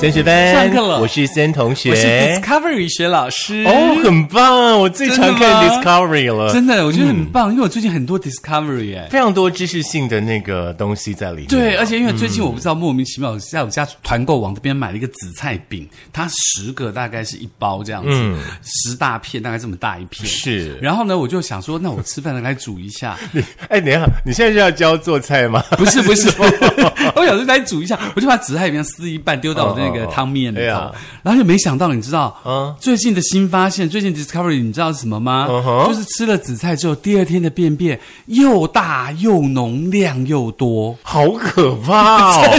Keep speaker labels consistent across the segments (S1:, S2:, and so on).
S1: 三十分，
S2: 上课了
S1: 我是森同学，
S2: 我是 Discovery 学老师
S1: 哦，很棒，我最常
S2: 真的
S1: 看
S2: 吗
S1: Discovery 了，嗯
S2: 真的，我觉得很棒，因为我最近很多 Discovery 哎。
S1: 非常多知识性的那个东西在里面。
S2: 对，而且因为最近我不知道莫名其妙在我家团购网这边买了一个紫菜饼，它十个大概是一包这样子，十大片大概这么大一片。
S1: 嗯是
S2: 然后呢，我就想说，那我吃饭了来煮一下，
S1: 哎，等一下，你现在是要教做菜吗？
S2: 不是不是，我想说来煮一下，我就把紫菜饼撕一半丢到我那个汤面里
S1: 哎
S2: 头，
S1: 呀
S2: 然后就没想到，你知道，
S1: 嗯
S2: 最近的新发现，最近 Discovery 你知道是什么吗？
S1: 嗯哼
S2: 就是吃了紫菜之后，第二天的便便又大又浓，量又多。
S1: 好可 怕哦！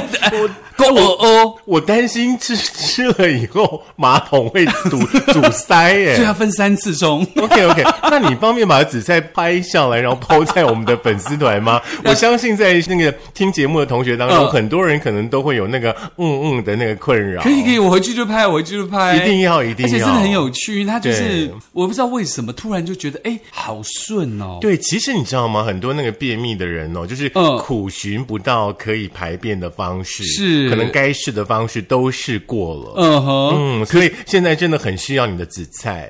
S2: 够哦哦，
S1: 我担心吃吃了以后马桶会堵 堵塞
S2: 所以要
S1: 耶。
S2: 分三次冲。
S1: OK OK，那你方便把紫菜拍下来，然后抛在我们的粉丝团 吗？我相信在那个听节目的同学当中，
S2: 嗯
S1: 很多人可能都会有那个嗯嗯的那个困扰
S2: 可。以可以，我回去就拍，我回去就拍，
S1: 一定要一定要
S2: 而且真的很有趣，它就是
S1: 对
S2: 我不知道为什么突然就觉得，哎，好顺哦。
S1: 对，其实你知道吗？很多那个便秘的人哦，就是
S2: 嗯
S1: 苦寻不到可以排便的方式，
S2: 是
S1: 可能该试的方式都试过了。
S2: 嗯哼，
S1: 嗯，所以现在真的很需要你的紫 菜。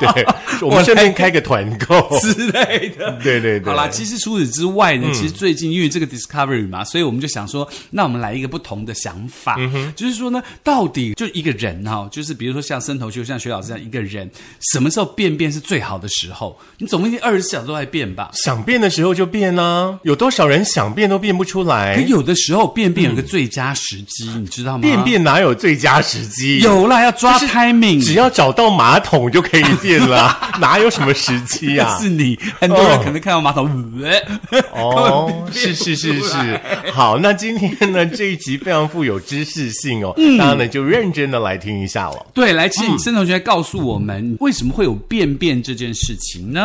S1: 对，我们顺便开个团购。
S2: 之类的。
S1: 对对嗯对，
S2: 好啦，其实除此之外呢，其实最近因为这个 discovery 嘛，所以我们就想说，那我们来一个不同的想法，
S1: 嗯
S2: 就是说呢，到底就一个人哈、就是比如说像森头修、像徐老师这样一个人，什么时候便便是最好的时候？你总不一定二十四小时都在便吧？
S1: 想变的时候就变啦、有多少人想变都变不出
S2: 可
S1: 来？
S2: 有的时候便便有个最佳时机，你知道吗？
S1: 哎嗯便便哪有最佳时机？。
S2: 有啦，要抓
S1: 就是
S2: timing，
S1: 只要找到马桶就可以变 啦，哪有什么时机啊？
S2: 是你，很多人可能看到马桶，呃
S1: 哦，是是是是，好，那今天呢这一集非常富有知识性哦，
S2: 嗯
S1: 大家呢就认真的来听一下哦了。
S2: 对，来，
S1: 嗯
S2: 请申同学告诉我们，为什么会有便便这件事情呢？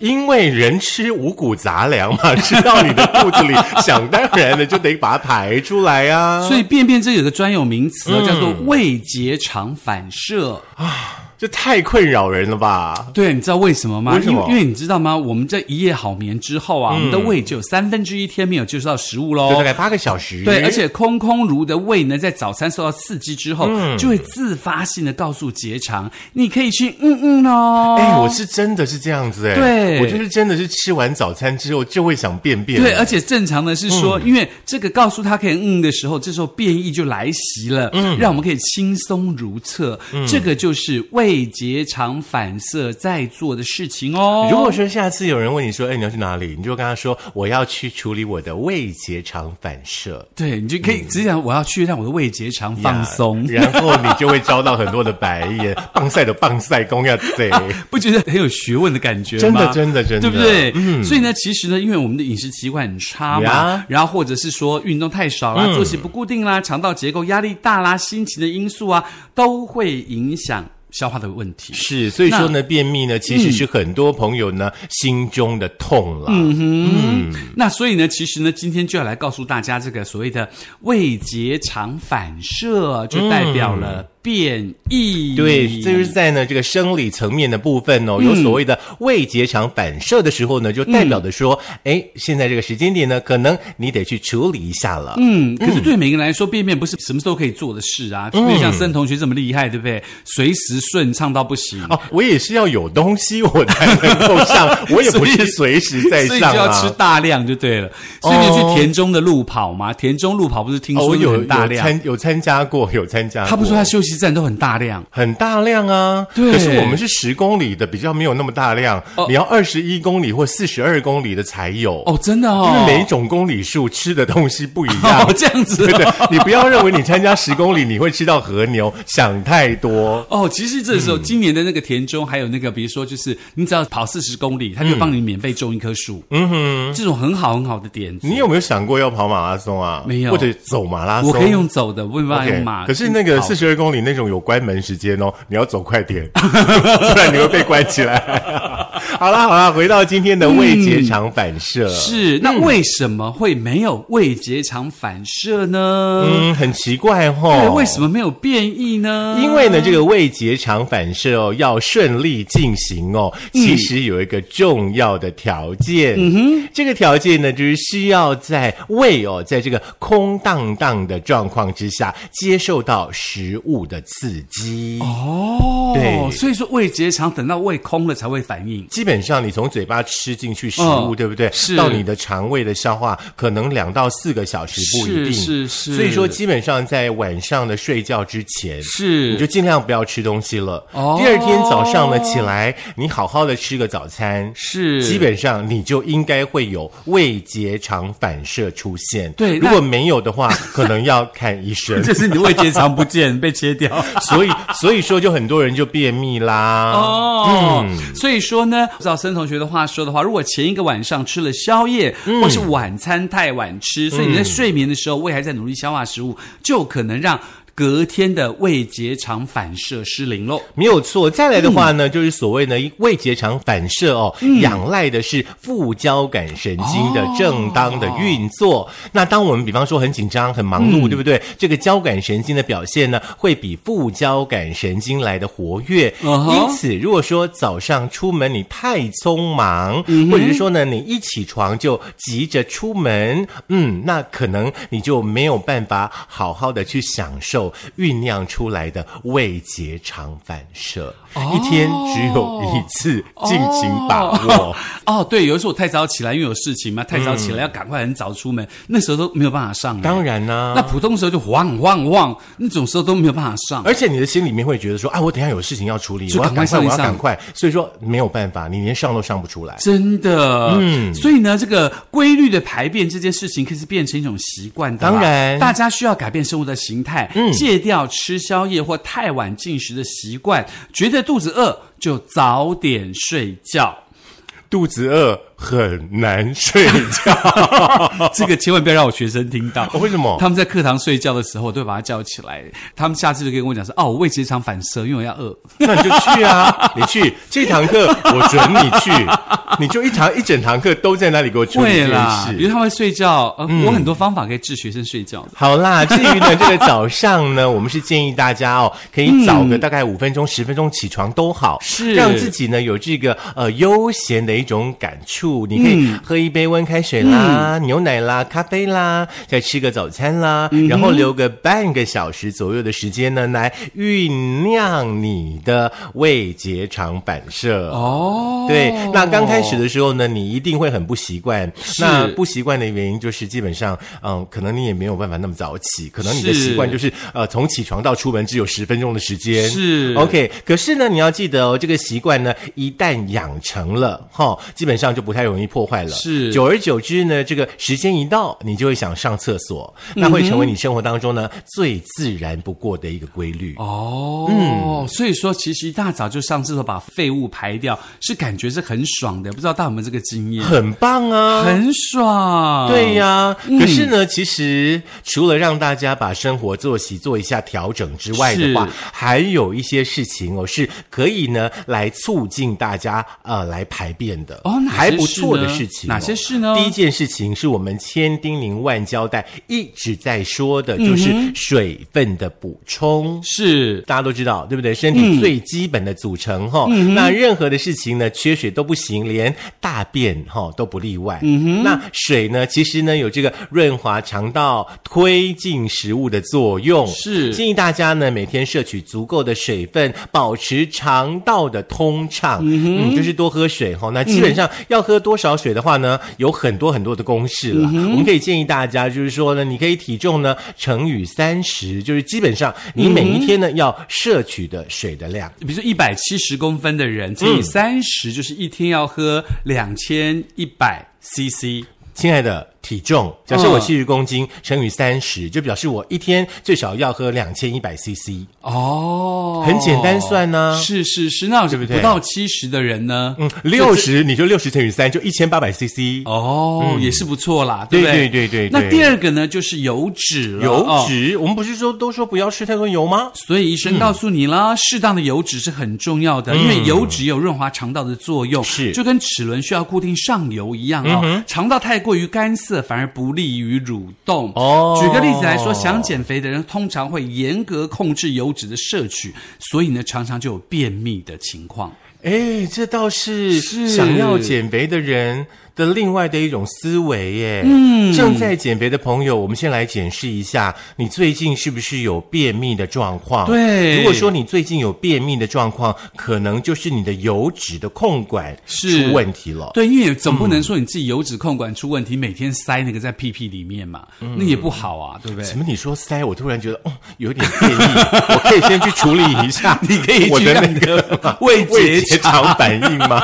S1: 因为人吃五谷杂粮嘛，吃到你的肚子里，想当然的就得把它排出来啊。
S2: 所以便便这有个专有名词
S1: 嗯
S2: 哦，叫做胃结肠反射。
S1: 这太困扰人了吧？
S2: 对，你知道为什么吗？
S1: 为什么嗯
S2: 因为因为你知道吗？我们在一夜好眠之后啊，我们的胃只有三分之一天没有接触到食物
S1: 就大
S2: 喽。
S1: 概八个小时。
S2: 哦对，而且空空如的胃呢，在早餐受到刺激之后，
S1: 嗯
S2: 就会自发性的告诉结肠，你可以去嗯嗯哦。
S1: 哎、我是真的是这样子哎、
S2: 对
S1: 我就是真的是吃完早餐之后就会想便便。
S2: 对，而且正常的是说，
S1: 嗯
S2: 因为这个告诉他可以嗯的时候，这时候变异就来袭了，
S1: 嗯
S2: 让我们可以轻松如厕。这个就是胃结肠反射在做的事情哦。
S1: 如果说下次有人问你说，哎，你要去哪里？你就跟他说，我要去处理我的胃结肠反射，
S2: 对，你就可以直接讲我要去让我的胃结肠放松。
S1: 呀然后你就会遭到很多的白 眼，棒晒的棒晒，公要贼。
S2: 不觉得很有学问的感觉吗？
S1: 真的真的嗯真的
S2: 对不对？所以呢，其实呢，因为我们的饮食习惯很差嘛
S1: 呀，
S2: 然后或者是说运动太少啦、
S1: 嗯
S2: 作息不固定啦、肠道结构压力大啦、心情的因素啊，都会影响消化的问题。
S1: 是，所以说呢，便秘呢，其实是很多朋友呢、心中的痛啦。
S2: 嗯，那所以呢，其实呢，今天就要来告诉大家，这个所谓的胃结肠反射，就代表了变异。
S1: 嗯对，就是在呢这个生理层面的部分哦，有所谓的胃结肠反射的时候呢，就代表着说，哎、现在这个时间点呢，可能你得去处理一下了。
S2: 嗯，可是对每个人来说，便便不是什么时候可以做的事
S1: 嗯
S2: 啊。就比如像森同学这么厉害，对不对？随时顺畅到不行。
S1: 哦，我也是要有东西我才能够 上，我也不是随时在
S2: 所以
S1: 上
S2: 就要吃
S1: 啊。
S2: 大量就对了，所以你有去田中的路跑吗？田中路跑不是听
S1: 哦，
S2: 说
S1: 我有
S2: 很
S1: 有
S2: 大量？
S1: 参有参加过，有参加过。
S2: 他不说他休息站都很大量，
S1: 很大量啊，
S2: 对
S1: 可是我们是十公里的，比较没有那么大量。你要二十一公里或四十二公里的才有。
S2: 哦，真的
S1: 因
S2: 哦，
S1: 为每一种公里数吃的东西不一样
S2: 哦，这样子
S1: 对
S2: 哦
S1: 的，你不要认为你参加十公里你会吃到和牛， 想太多。
S2: 哦，其实这时候、
S1: 嗯
S2: 今年的那个田中，还有那个比如说，就是你只要跑四十公里，他就帮你免费种一棵树，嗯哼，这种很好很好的点子。
S1: 你有没有想过要跑马拉松啊？
S2: 没有
S1: 或者走马拉松？
S2: 我可以用走的，我没办法
S1: OK，
S2: 用马。
S1: 可是那个四十二公里理那种有关门时间哦，你要走快 点，不然你会被关起来。 好啦好啦，回到今天的胃结肠反射，
S2: 嗯是，那为什么会没有胃结肠反射呢？
S1: 嗯，很奇怪
S2: 对，
S1: 哦，
S2: 为什么没有变异呢？
S1: 因为呢，这个胃结肠反射哦，要顺利进行哦，
S2: 嗯
S1: 其实有一个重要的条件。嗯哼，这个条件呢，就是需要在胃哦，在这个空荡荡的状况之下，接受到食物的刺激。
S2: 哦，
S1: 对
S2: 所以说胃结肠等到胃空了才会反应。
S1: 基本上，你从嘴巴吃进去食物，
S2: 嗯
S1: 对不对？
S2: 是
S1: 到你的肠胃的消化，可能两到四个小时不一定。
S2: 是是是
S1: 所以说，基本上在晚上的睡觉之前，
S2: 是
S1: 你就尽量不要吃东西了。
S2: 哦
S1: 第二天早上呢，起来你好好的吃个早餐，
S2: 是
S1: 基 本上你就应该会有胃结肠反射出现。
S2: 对
S1: 如
S2: 那
S1: 果没有的话，可能要看医 生。
S2: 就是你的胃结肠不见被切掉。
S1: 所以，所以说就很多人就便秘啦。
S2: 哦，所以说呢，照森同学的话说的话，如果前一个晚上吃了宵夜，或是晚餐太晚吃，所以你在睡眠的时候，胃还在努力消化食物，就可能让隔天的胃结肠反射失灵喽。
S1: 没有错，再来的话呢，就是所谓呢胃结肠反射哦，
S2: 嗯
S1: 仰赖的是副交感神经的正当的运作。那当我们比方说很紧张、很忙
S2: 嗯
S1: 碌，对不对？这个交感神经的表现呢，会比副交感神经来的活跃。
S2: 嗯哼
S1: 因此，如果说早上出门你太匆忙，
S2: 嗯
S1: 或者是说呢你一起床就急着出门，嗯，那可能你就没有办法好好的去享受酝酿出来的胃结肠反射，
S2: 哦
S1: 一天只有一次，尽情把握。
S2: 哦，对，有一次我太早起来，因为有事情嘛，太早起来要赶快很早出门，那时候都没有办法上来。
S1: 当然啦、
S2: 那普通时候就晃晃晃，那种时候都没有办法上。
S1: 而且你的心里面会觉得说啊，我等一下有事情要处理，
S2: 就
S1: 我要
S2: 赶快
S1: 赶快，
S2: 上
S1: 我
S2: 一
S1: 要
S2: 上
S1: 赶快，所以说没有办法，你连上都上不出来。
S2: 真的，嗯，所以呢，这个规律的排便这件事情，可是变成一种习惯的啦。
S1: 当然
S2: 大家需要改变生活的形态，嗯，戒掉吃宵夜或太晚进食的习惯，觉得肚子饿就早点睡觉。
S1: 肚子饿很难睡觉，哦
S2: 这个千万不要让我学生听到。
S1: 为什么？
S2: 他们在课堂睡觉的时候，我都会把他叫起来。他们下次就跟我讲说：“哦，我胃结肠反射，因为我要饿。
S1: 那你就去 啊，你去这堂课，我准你去，你就一堂一整堂课都在那里给我”处理
S2: 会
S1: 这件
S2: 啦，比如
S1: 事。
S2: 他会睡觉，呃
S1: 嗯
S2: 我很多方法可以治学生睡觉的。
S1: 好啦，至于呢，这个早上呢，我们是建议大家哦，可以早个大概五分钟、十分钟起床都好，
S2: 是
S1: 让自己呢有这个呃悠闲的一种感触。你可以喝一杯温开水啦、牛奶啦、咖啡啦，再吃个早餐啦，然后留个半个小时左右的时间呢，来酝酿你的胃结肠反射。
S2: 哦
S1: 对，那刚开始的时候呢，你一定会很不习惯。
S2: 是
S1: 那不习惯的原因就是，基本上，嗯，可能你也没有办法那么早起，可能你的
S2: 是
S1: 习惯就是，呃，从起床到出门只有十分钟的时间。
S2: 哦是
S1: OK，可是呢，你要记得哦，这个习惯呢，一旦养成了，哈、基本上就不太容易破坏了。
S2: 是
S1: 久而久之呢，这个时间一到，你就会想上厕所，
S2: 嗯
S1: 那会成为你生活当中呢、最自然不过的一个规律。
S2: 哦，
S1: 嗯
S2: 所以说其实一大早就上厕所把废物排掉，是感觉是很爽的，不知道大家有没有这个经验？
S1: 很棒啊，
S2: 很爽，
S1: 对、呀、
S2: 嗯
S1: 可是呢，其实除了让大家把生活作息做一下调整之外的话
S2: 是，
S1: 还有一些事情哦，是可以呢来促进大家呃来排便的
S2: 哦哪些
S1: 还不错
S2: 事
S1: 的
S2: 呢
S1: 事情哦、
S2: 哪些事呢
S1: 第一件事情是我们千叮咛万交代一直在说
S2: 嗯
S1: 的，就是水分的补充。
S2: 是
S1: 大家都知道，对不对？身体最基本的组成哈、那任何的事情呢，缺水都不行，连大便哈、都不例外。那水呢，其实呢有这个润滑肠道、推进食物的作用。
S2: 是
S1: 建议大家呢每天摄取足够的水分，保持肠道的通畅。嗯就是多喝水哈、
S2: 嗯
S1: 那基本上要喝多少水的话呢，有很多很多的公式
S2: 嗯
S1: 了。我们可以建议大家，就是说呢，你可以体重呢乘以三十，就是基本上你每一天呢、要摄取的水的量。
S2: 比如说一百七十公分的人乘
S1: 嗯
S2: 以三十、就是一天要喝两千一百 CC。
S1: 亲爱的，体重，假设我七十公斤乘以三十，就表示我一天最少要喝两千一百 CC，
S2: 哦，
S1: 很简单算啊呢
S2: 是是是，那对不
S1: 对
S2: 不到七十的人呢？
S1: 嗯，六十你就六十乘以三，就一千八百 CC。
S2: 哦，也是不错啦，
S1: 对
S2: 不对
S1: 嗯对对对
S2: 那
S1: 对
S2: 第二个呢，就是油脂了
S1: 油
S2: 哦
S1: 脂，我们不是说都说不要吃太多油吗？
S2: 所以医
S1: 嗯
S2: 生告诉你啦，适当的油脂是很重要的，因为油脂有润滑肠道的作用，
S1: 是嗯
S2: 就跟齿轮需要固定上油一样哦。肠道太过于干涩，反而不利于蠕动。
S1: 哦
S2: 举个例子来说，想减肥的人通常会严格控制油脂的摄取，所以呢，常常就有便秘的情况。
S1: 哎，这倒是
S2: 是
S1: 想要减肥的人的另外的一种思维耶。嗯，正在减肥的朋友，我们先来检视一下，你最近是不是有便秘的状况？
S2: 对
S1: 如果说你最近有便秘的状况，可能就是你的油脂的控管
S2: 是
S1: 出问题了。
S2: 对，因为总不能说你自己油脂控管出问题，每天塞那个在屁屁里面嘛，
S1: 嗯
S2: 那也不好啊，对不对？
S1: 怎么你说腮，我突然觉得哦，有点建 议，我可以先去处理一下。你可以我
S2: 去
S1: 的
S2: 让
S1: 那 个
S2: 胃
S1: 胃
S2: 结
S1: 结肠反应吗？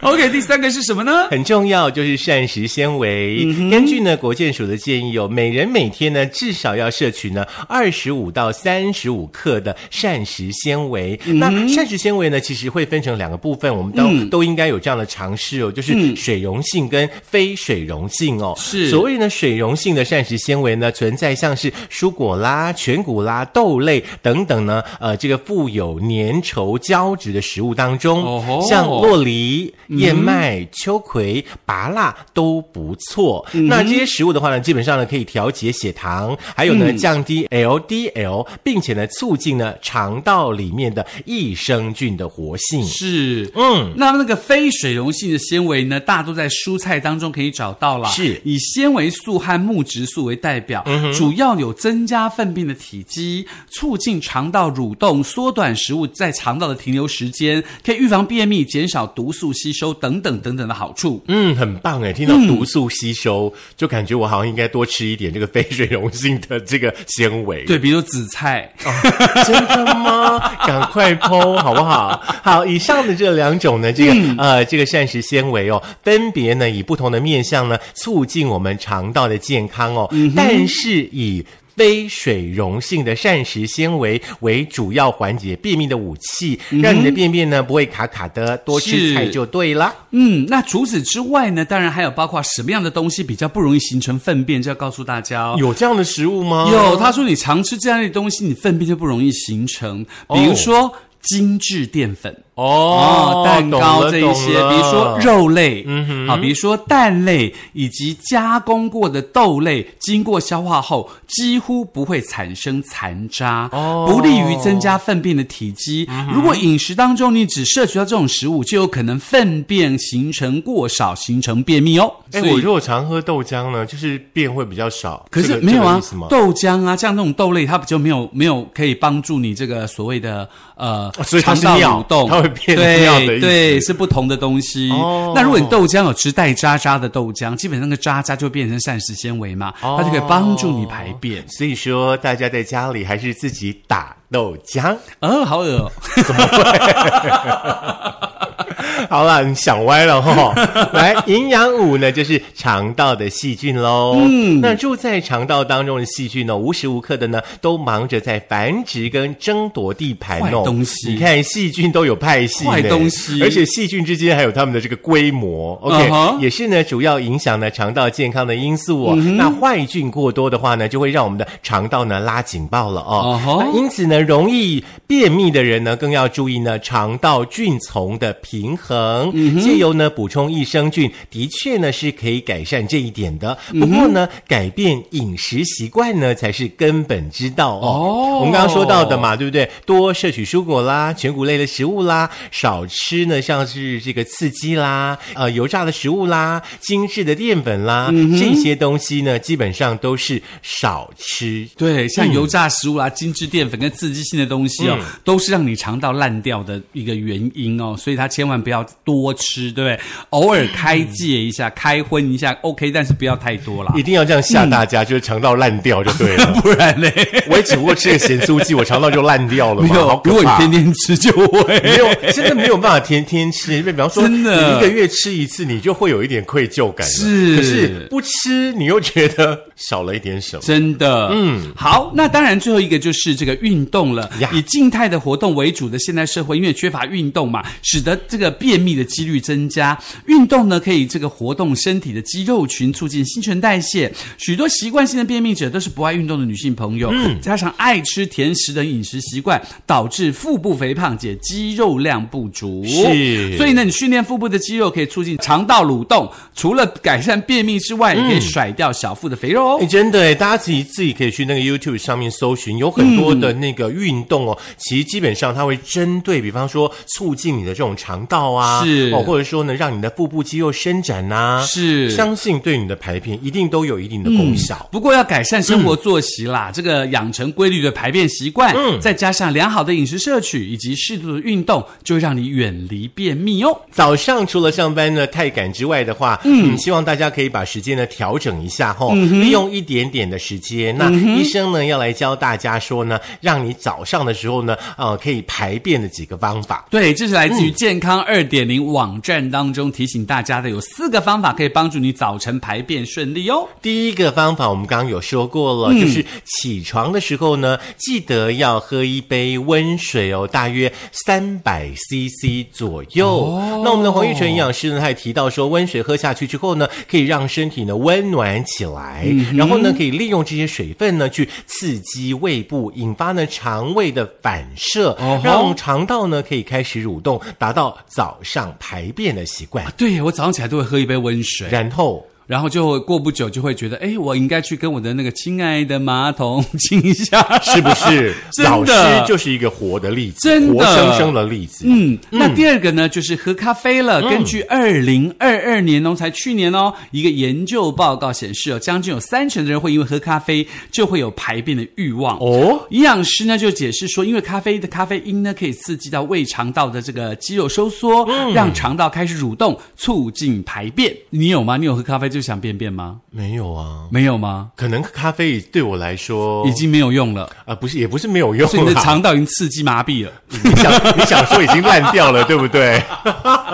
S2: OK，第三个是什么呢？
S1: 很重要，就是膳食纤维。
S2: 嗯
S1: 根据呢国健署的建议哦，每人每天呢至少要摄取呢二十五到三十五克的膳食纤维。
S2: 嗯
S1: 那膳食纤维呢，其实会分成两个部分，我们都、都应该有这样的尝试哦，就是水溶性跟非水溶性哦。
S2: 嗯是
S1: 所谓呢水溶性的膳食纤维呢，存在像是蔬果啦、全谷啦、豆类等等呢，呃，这个富有粘稠胶质的食物当中，
S2: 哦吼
S1: 像洛洛梨、燕麦、秋葵、拔辣都不错。那这些食物的话呢，基本上呢可以调节血糖，还有呢、降低 LDL，并且呢促进呢肠道里面的益生菌的活性。
S2: 是，
S1: 嗯，
S2: 那那个非水溶性的纤维呢，大多在蔬菜当中可以找到啦。
S1: 是嗯
S2: 以纤维素和木质素为代表，主要有增加粪便的体积，促进肠道蠕动，缩短食物在肠道的停留时间，可以预防便秘，减少毒素吸收等等等等的好处。
S1: 嗯，很棒哎！听到毒素吸收，就感觉我好像应该多吃一点这个非水溶性的这个纤维。
S2: 对，比如紫菜，
S1: 哦真的吗？ 赶快剖好不好？好，以上的这两种呢，这个、
S2: 嗯
S1: 呃，这个膳食纤维哦，分别呢以不同的面向呢，促进我们肠道的健康哦。
S2: 嗯
S1: 但是以非水溶性的膳食纤维为主要缓解便秘的武器，让你的便便呢不会卡卡的，多吃
S2: 嗯是
S1: 菜就对了。
S2: 嗯，那除此之外呢，当然还有包括什么样的东西比较不容易形成粪便，就要告诉大家哦。
S1: 有这样的食物吗？
S2: 有，他说你常吃这样的东西，你粪便就不容易形成。
S1: 哦
S2: 比如说精致淀粉
S1: 哦，
S2: 蛋糕这一些，比如说
S1: 肉。
S2: 肉类，嗯哼，啊，比如说蛋类以及加工过的豆类，经过消化后几乎不会产生残渣，
S1: 哦嗯
S2: 不利于增加粪便的体积。如果饮食当中你只摄取到这种食物，就有可能粪便形成过少，形成便秘哦。
S1: 哎，
S2: 所以
S1: 我如果常喝豆浆呢，就是便会比较少。
S2: 可
S1: 这
S2: 是
S1: 个
S2: 没有
S1: 这个
S2: 啊
S1: 意思，吗
S2: 豆浆啊，像那种豆类，它比较没有没有可以帮助你这个所谓的呃
S1: 哦所以它
S2: 肠
S1: 是
S2: 道
S1: 尿
S2: 蠕动，
S1: 它会变
S2: 对
S1: 尿的意思
S2: 对，是不同的东西。
S1: 哦
S2: 那如果你豆浆有吃带渣渣的豆浆，基本上那个渣渣就变成膳食纤维嘛，
S1: 哦
S2: 它就可以帮助你排便。
S1: 所以说，大家在家里还是自己打豆浆。
S2: 呃，好恶哦，
S1: 好啦，你想歪了 哈。来，营养五呢，就是肠道的细菌喽。嗯，那住在肠道当中的细菌呢，无时无刻的呢，都忙着在繁殖跟争夺地盘
S2: 坏
S1: 哦。
S2: 东西
S1: 你看细菌都有派系呢，
S2: 坏东西
S1: 而且细菌之间还有它们的这个规模。OK，、
S2: 嗯哼
S1: 也是呢，主要影响呢肠道健康的因素
S2: 嗯
S1: 哦。那坏菌过多的话呢，就会让我们的肠道呢拉警报了哦。
S2: 哦吼
S1: 那因此呢，容易便秘的人呢，更要注意呢肠道菌丛的平衡，
S2: 嗯
S1: 借、由呢补充益生菌，的确呢是可以改善这一点的。
S2: 嗯
S1: 不过呢，改变饮食习惯呢才是根本之道哦。
S2: 哦
S1: 我们刚刚说到的嘛，对不对？多摄取蔬果啦、全谷类的食物啦，少吃呢像是这个刺激啦、呃油炸的食物啦、精致的淀粉啦，
S2: 嗯
S1: 这些东西呢基本上都是少吃
S2: 对，像油炸食物啊、精致
S1: 嗯
S2: 淀粉跟刺激性的东西哦，都是让你肠道烂掉的一个原因哦，所以它千万不要。不要多吃，对不对？偶尔开戒一下，开荤一下，OK，但是不要太多啦
S1: 一，定要这样吓
S2: 嗯
S1: 大家，就是肠道烂掉就对 了。
S2: 不然嘞，
S1: 我也只不过吃个咸酥鸡，我肠道就烂掉了
S2: 没
S1: 嘛，好
S2: 有，
S1: 可
S2: 如果你
S1: 怕
S2: 天天吃就会
S1: 没有，现在没有办法天天吃，因为比方说，
S2: 真的
S1: 你一个月吃一次，你就会有一点愧疚感了。
S2: 是
S1: 可是不吃，你又觉得少了一点什么。
S2: 真的，嗯，好，那当然最后一个就是这个运动了
S1: 呀。
S2: 以静态的活动为主的现代社会，因为缺乏运动嘛，使得这个便秘的几率增加。运动呢，可以这个活动身体的肌肉群，促进新陈代谢。许多习惯性的便秘者都是不爱运动的女性朋友，
S1: 嗯
S2: 加上爱吃甜食等饮食习惯，导致腹部肥胖且肌肉量不足。
S1: 是
S2: 所以呢，你训练腹部的肌肉可以促进肠道蠕动，除了改善便秘之外，也可以甩掉小腹的肥肉哦
S1: 嗯哎，。真的哎，大家自己自己可以去那个 YouTube 上面搜寻，有很多的那个运动哦。其实基本上它会针对，比方说促进你的这种肠道啊，
S2: 是
S1: 哦，或者说呢，让你的腹部肌肉伸展呐、
S2: 是嗯
S1: 相信对你的排便一定都有一定的功效。
S2: 不过要改善生活作息啦，这个养成规律的排便习惯，嗯，再加上良好的饮食摄取以及适度的运动，就会让你远离便秘哦。
S1: 早上除了上班呢太赶之外的话，嗯，希望大家可以把时间呢调整一下哈、
S2: 嗯
S1: 利用一点点的时间。那医生呢要来教大家说呢，让你早上的时候呢，呃，可以排便的几个方法。
S2: 对，这是来自于健康二点零网站当中提醒大家的，有四个方法可以帮助你早晨排便顺利哦。
S1: 第一个方法我们刚刚有说过了，
S2: 嗯
S1: 就是起床的时候呢，记得要喝一杯温水哦，大约三百 CC 左右。
S2: 哦
S1: 那我们的黄玉纯营养师呢，他也提到说，温水喝下去之后呢，可以让身体呢温暖起来，
S2: 嗯
S1: 然后呢，可以利用这些水分呢去刺激胃部，引发呢肠胃的反射，
S2: 哦吼
S1: 让肠道呢可以开始蠕动，达到早上排便的习惯。
S2: 对耶，我早上起来都会喝一杯温水，
S1: 然后
S2: 然后就过不久就会觉得，哎，我应该去跟我的那个亲爱的马桶 亲一下。？
S1: 是不是
S2: 真的
S1: 老师就是一个活的例子，
S2: 真的
S1: 活生生的例子。
S2: 嗯，那第二个呢，就是喝咖啡了。根据二零二二年哦，才去年哦，一个研究报告显示哦，将近有三成的人会因为喝咖啡就会有排便的欲望。
S1: 哦，
S2: 营养师呢就解释说，因为咖啡的咖啡因呢可以刺激到胃肠道的这个肌肉收缩，让肠道开始蠕动，促进排便。你有吗？你有喝咖啡就想便便吗？
S1: 没有啊，
S2: 没有吗？
S1: 可能咖啡对我来说
S2: 已经没有用了，
S1: 啊、不是，也不是没有用
S2: 所 以你的
S1: 啦。
S2: 肠道已经刺激麻痹了。
S1: 你想，你想说已经烂掉了，对不对？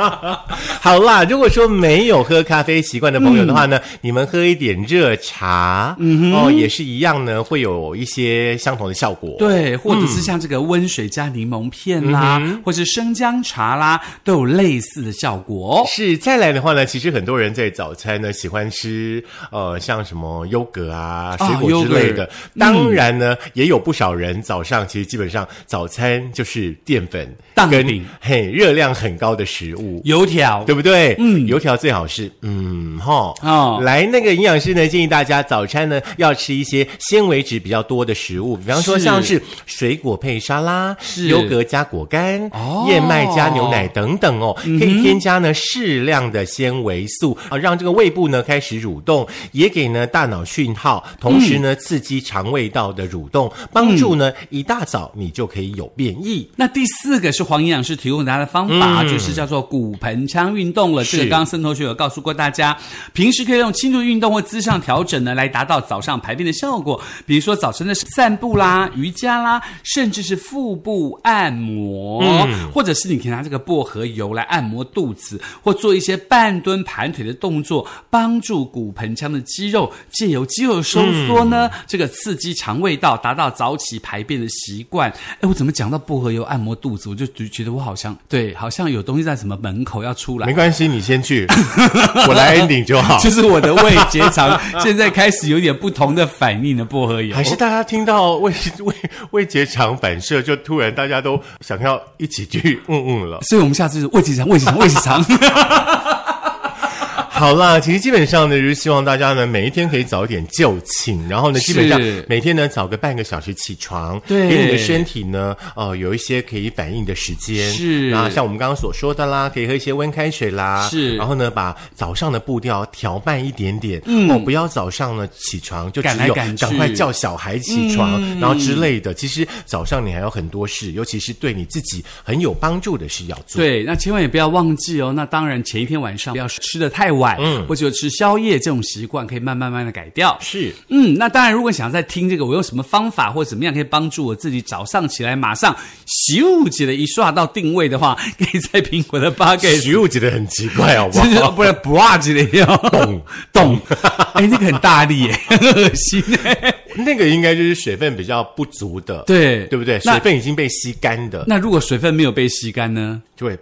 S1: 好啦，如果说没有喝咖啡习惯的朋友的话呢，你们喝一点热茶，嗯哦，也是一样呢，会有一些相同的效果。
S2: 对，或者是像这个温水加柠檬片啦，
S1: 嗯
S2: 或是生姜茶啦，都有类似的效果哦。
S1: 是，再来的话呢，其实很多人在早餐呢喜欢吃呃，像什么优格啊、水果之类的。
S2: 哦优格
S1: 当然呢，也有不少人早上其实基本上早餐就是淀粉
S2: 蛋
S1: 跟
S2: 饼
S1: 嘿热量很高的食物。
S2: 油条
S1: 对不对？嗯，油条最好是，嗯，哈，
S2: 哦
S1: 来，那个营养师呢建议大家早餐呢要吃一些纤维质比较多的食物，比方说
S2: 是
S1: 像是水果配沙拉、
S2: 是
S1: 优格加果干、
S2: 哦嗯
S1: 燕麦加牛奶等等哦，可以添加呢适量的纤维素啊，让这个胃部呢开始蠕动，也给呢大脑讯号，
S2: 嗯
S1: 同时呢刺激肠胃道的蠕动，帮助
S2: 嗯
S1: 呢一大早你就可以有便意。
S2: 那第四个是黄营养师提供给大家的方法，就是叫做骨盆腔运动了。这个
S1: 嗯是
S2: 刚刚森同学有告诉过大家，平时可以用轻度运动或姿势上调整呢，来达到早上排便的效果。比如说早晨的散步啦、瑜伽啦，甚至是腹部按摩，或者是你可以拿这个薄荷油来按摩肚子，或做一些半蹲、盘腿的动作，帮助骨盆腔的肌肉借由肌肉收缩呢，这个刺激肠胃道，达到早起排便的习惯。哎，我怎么讲到薄荷油按摩肚子，我就觉觉得我好像对，好像有东西在什么门口要出来
S1: 没。关系，你先去，我来 ending 就 好。
S2: 就是我的胃结肠现在开始有点不同的反应了，薄荷油。
S1: 还是大家听到 胃胃胃结肠反射，就突然大家都想要一起去嗯嗯了
S2: 所以我们下次就是胃结肠，胃结肠，胃结肠。
S1: 好啦，其实基本上呢，就是希望大家呢每一天可以早一点就寝，然后呢，基本上
S2: 是
S1: 每天呢早个半个小时起床，
S2: 对
S1: 给你的身体呢呃有一些可以反应的时间。
S2: 是
S1: 那像我们刚刚所说的啦，可以喝一些温开水啦，
S2: 是
S1: 然后呢把早上的步调调慢一点点，嗯，或不要早上呢起床就
S2: 赶
S1: 只
S2: 来
S1: 有
S2: 赶去嗯
S1: 赶快叫小孩起床，然后之类的。其实早上你还有很多事，尤其是对你自己很有帮助的事要做。
S2: 对，那千万也不要忘记哦。那当然，前一天晚上不要吃的太晚，嗯，或者吃宵夜这种习惯，可以慢慢慢的改掉。
S1: 是。
S2: 嗯，那当然，如果想再听这个，我有什么方法或怎么样可以帮助我自己早上起来马上咻起来一刷到定位的话，可以在苹果的 p o c a s
S1: 徐入觉得很奇怪，好不好
S2: 这？就不然不啊之类的，
S1: 懂
S2: 懂，哎，那个很大力耶，很恶心耶。
S1: 那个应该就是水分比较不足的，
S2: 对
S1: 对不对？
S2: 那
S1: 水分已经被吸干的，
S2: 那如果水分没有被吸干呢？
S1: 就会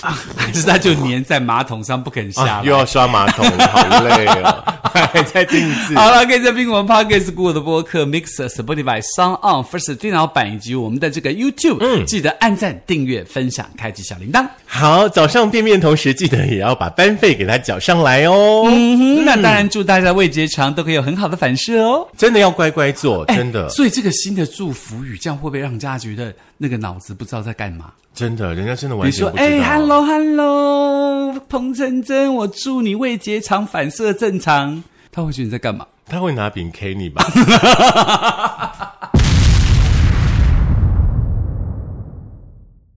S2: 还是它就粘在马桶上不肯下
S1: 啊
S2: 来？
S1: 又要刷马桶，好累 啊！还在听一次。
S2: 好了，可以在苹果 Podcast、Google 的播客、Mixer、Spotify、Sound On、First 电脑版以及我们的这个 YouTube，嗯，记得按赞、订阅、分享、开启小铃铛。
S1: 好，早上便便的同时，记得也要把班费给他缴上来哦。
S2: 嗯哼，那当然，祝大家胃结肠都可以有很好的反射哦。
S1: 真的要乖乖做，
S2: 哎
S1: 真的，
S2: 所以这个新的祝福语，这样会不会让大家觉得那个脑子不知道在干嘛？
S1: 真的，人家真的完
S2: 你
S1: 全
S2: 说
S1: 不，知道。
S2: 哎，hello hello，彭真真，我祝你胃结肠反射正常。他会觉得你在干嘛？
S1: 他会拿饼 K 你吧？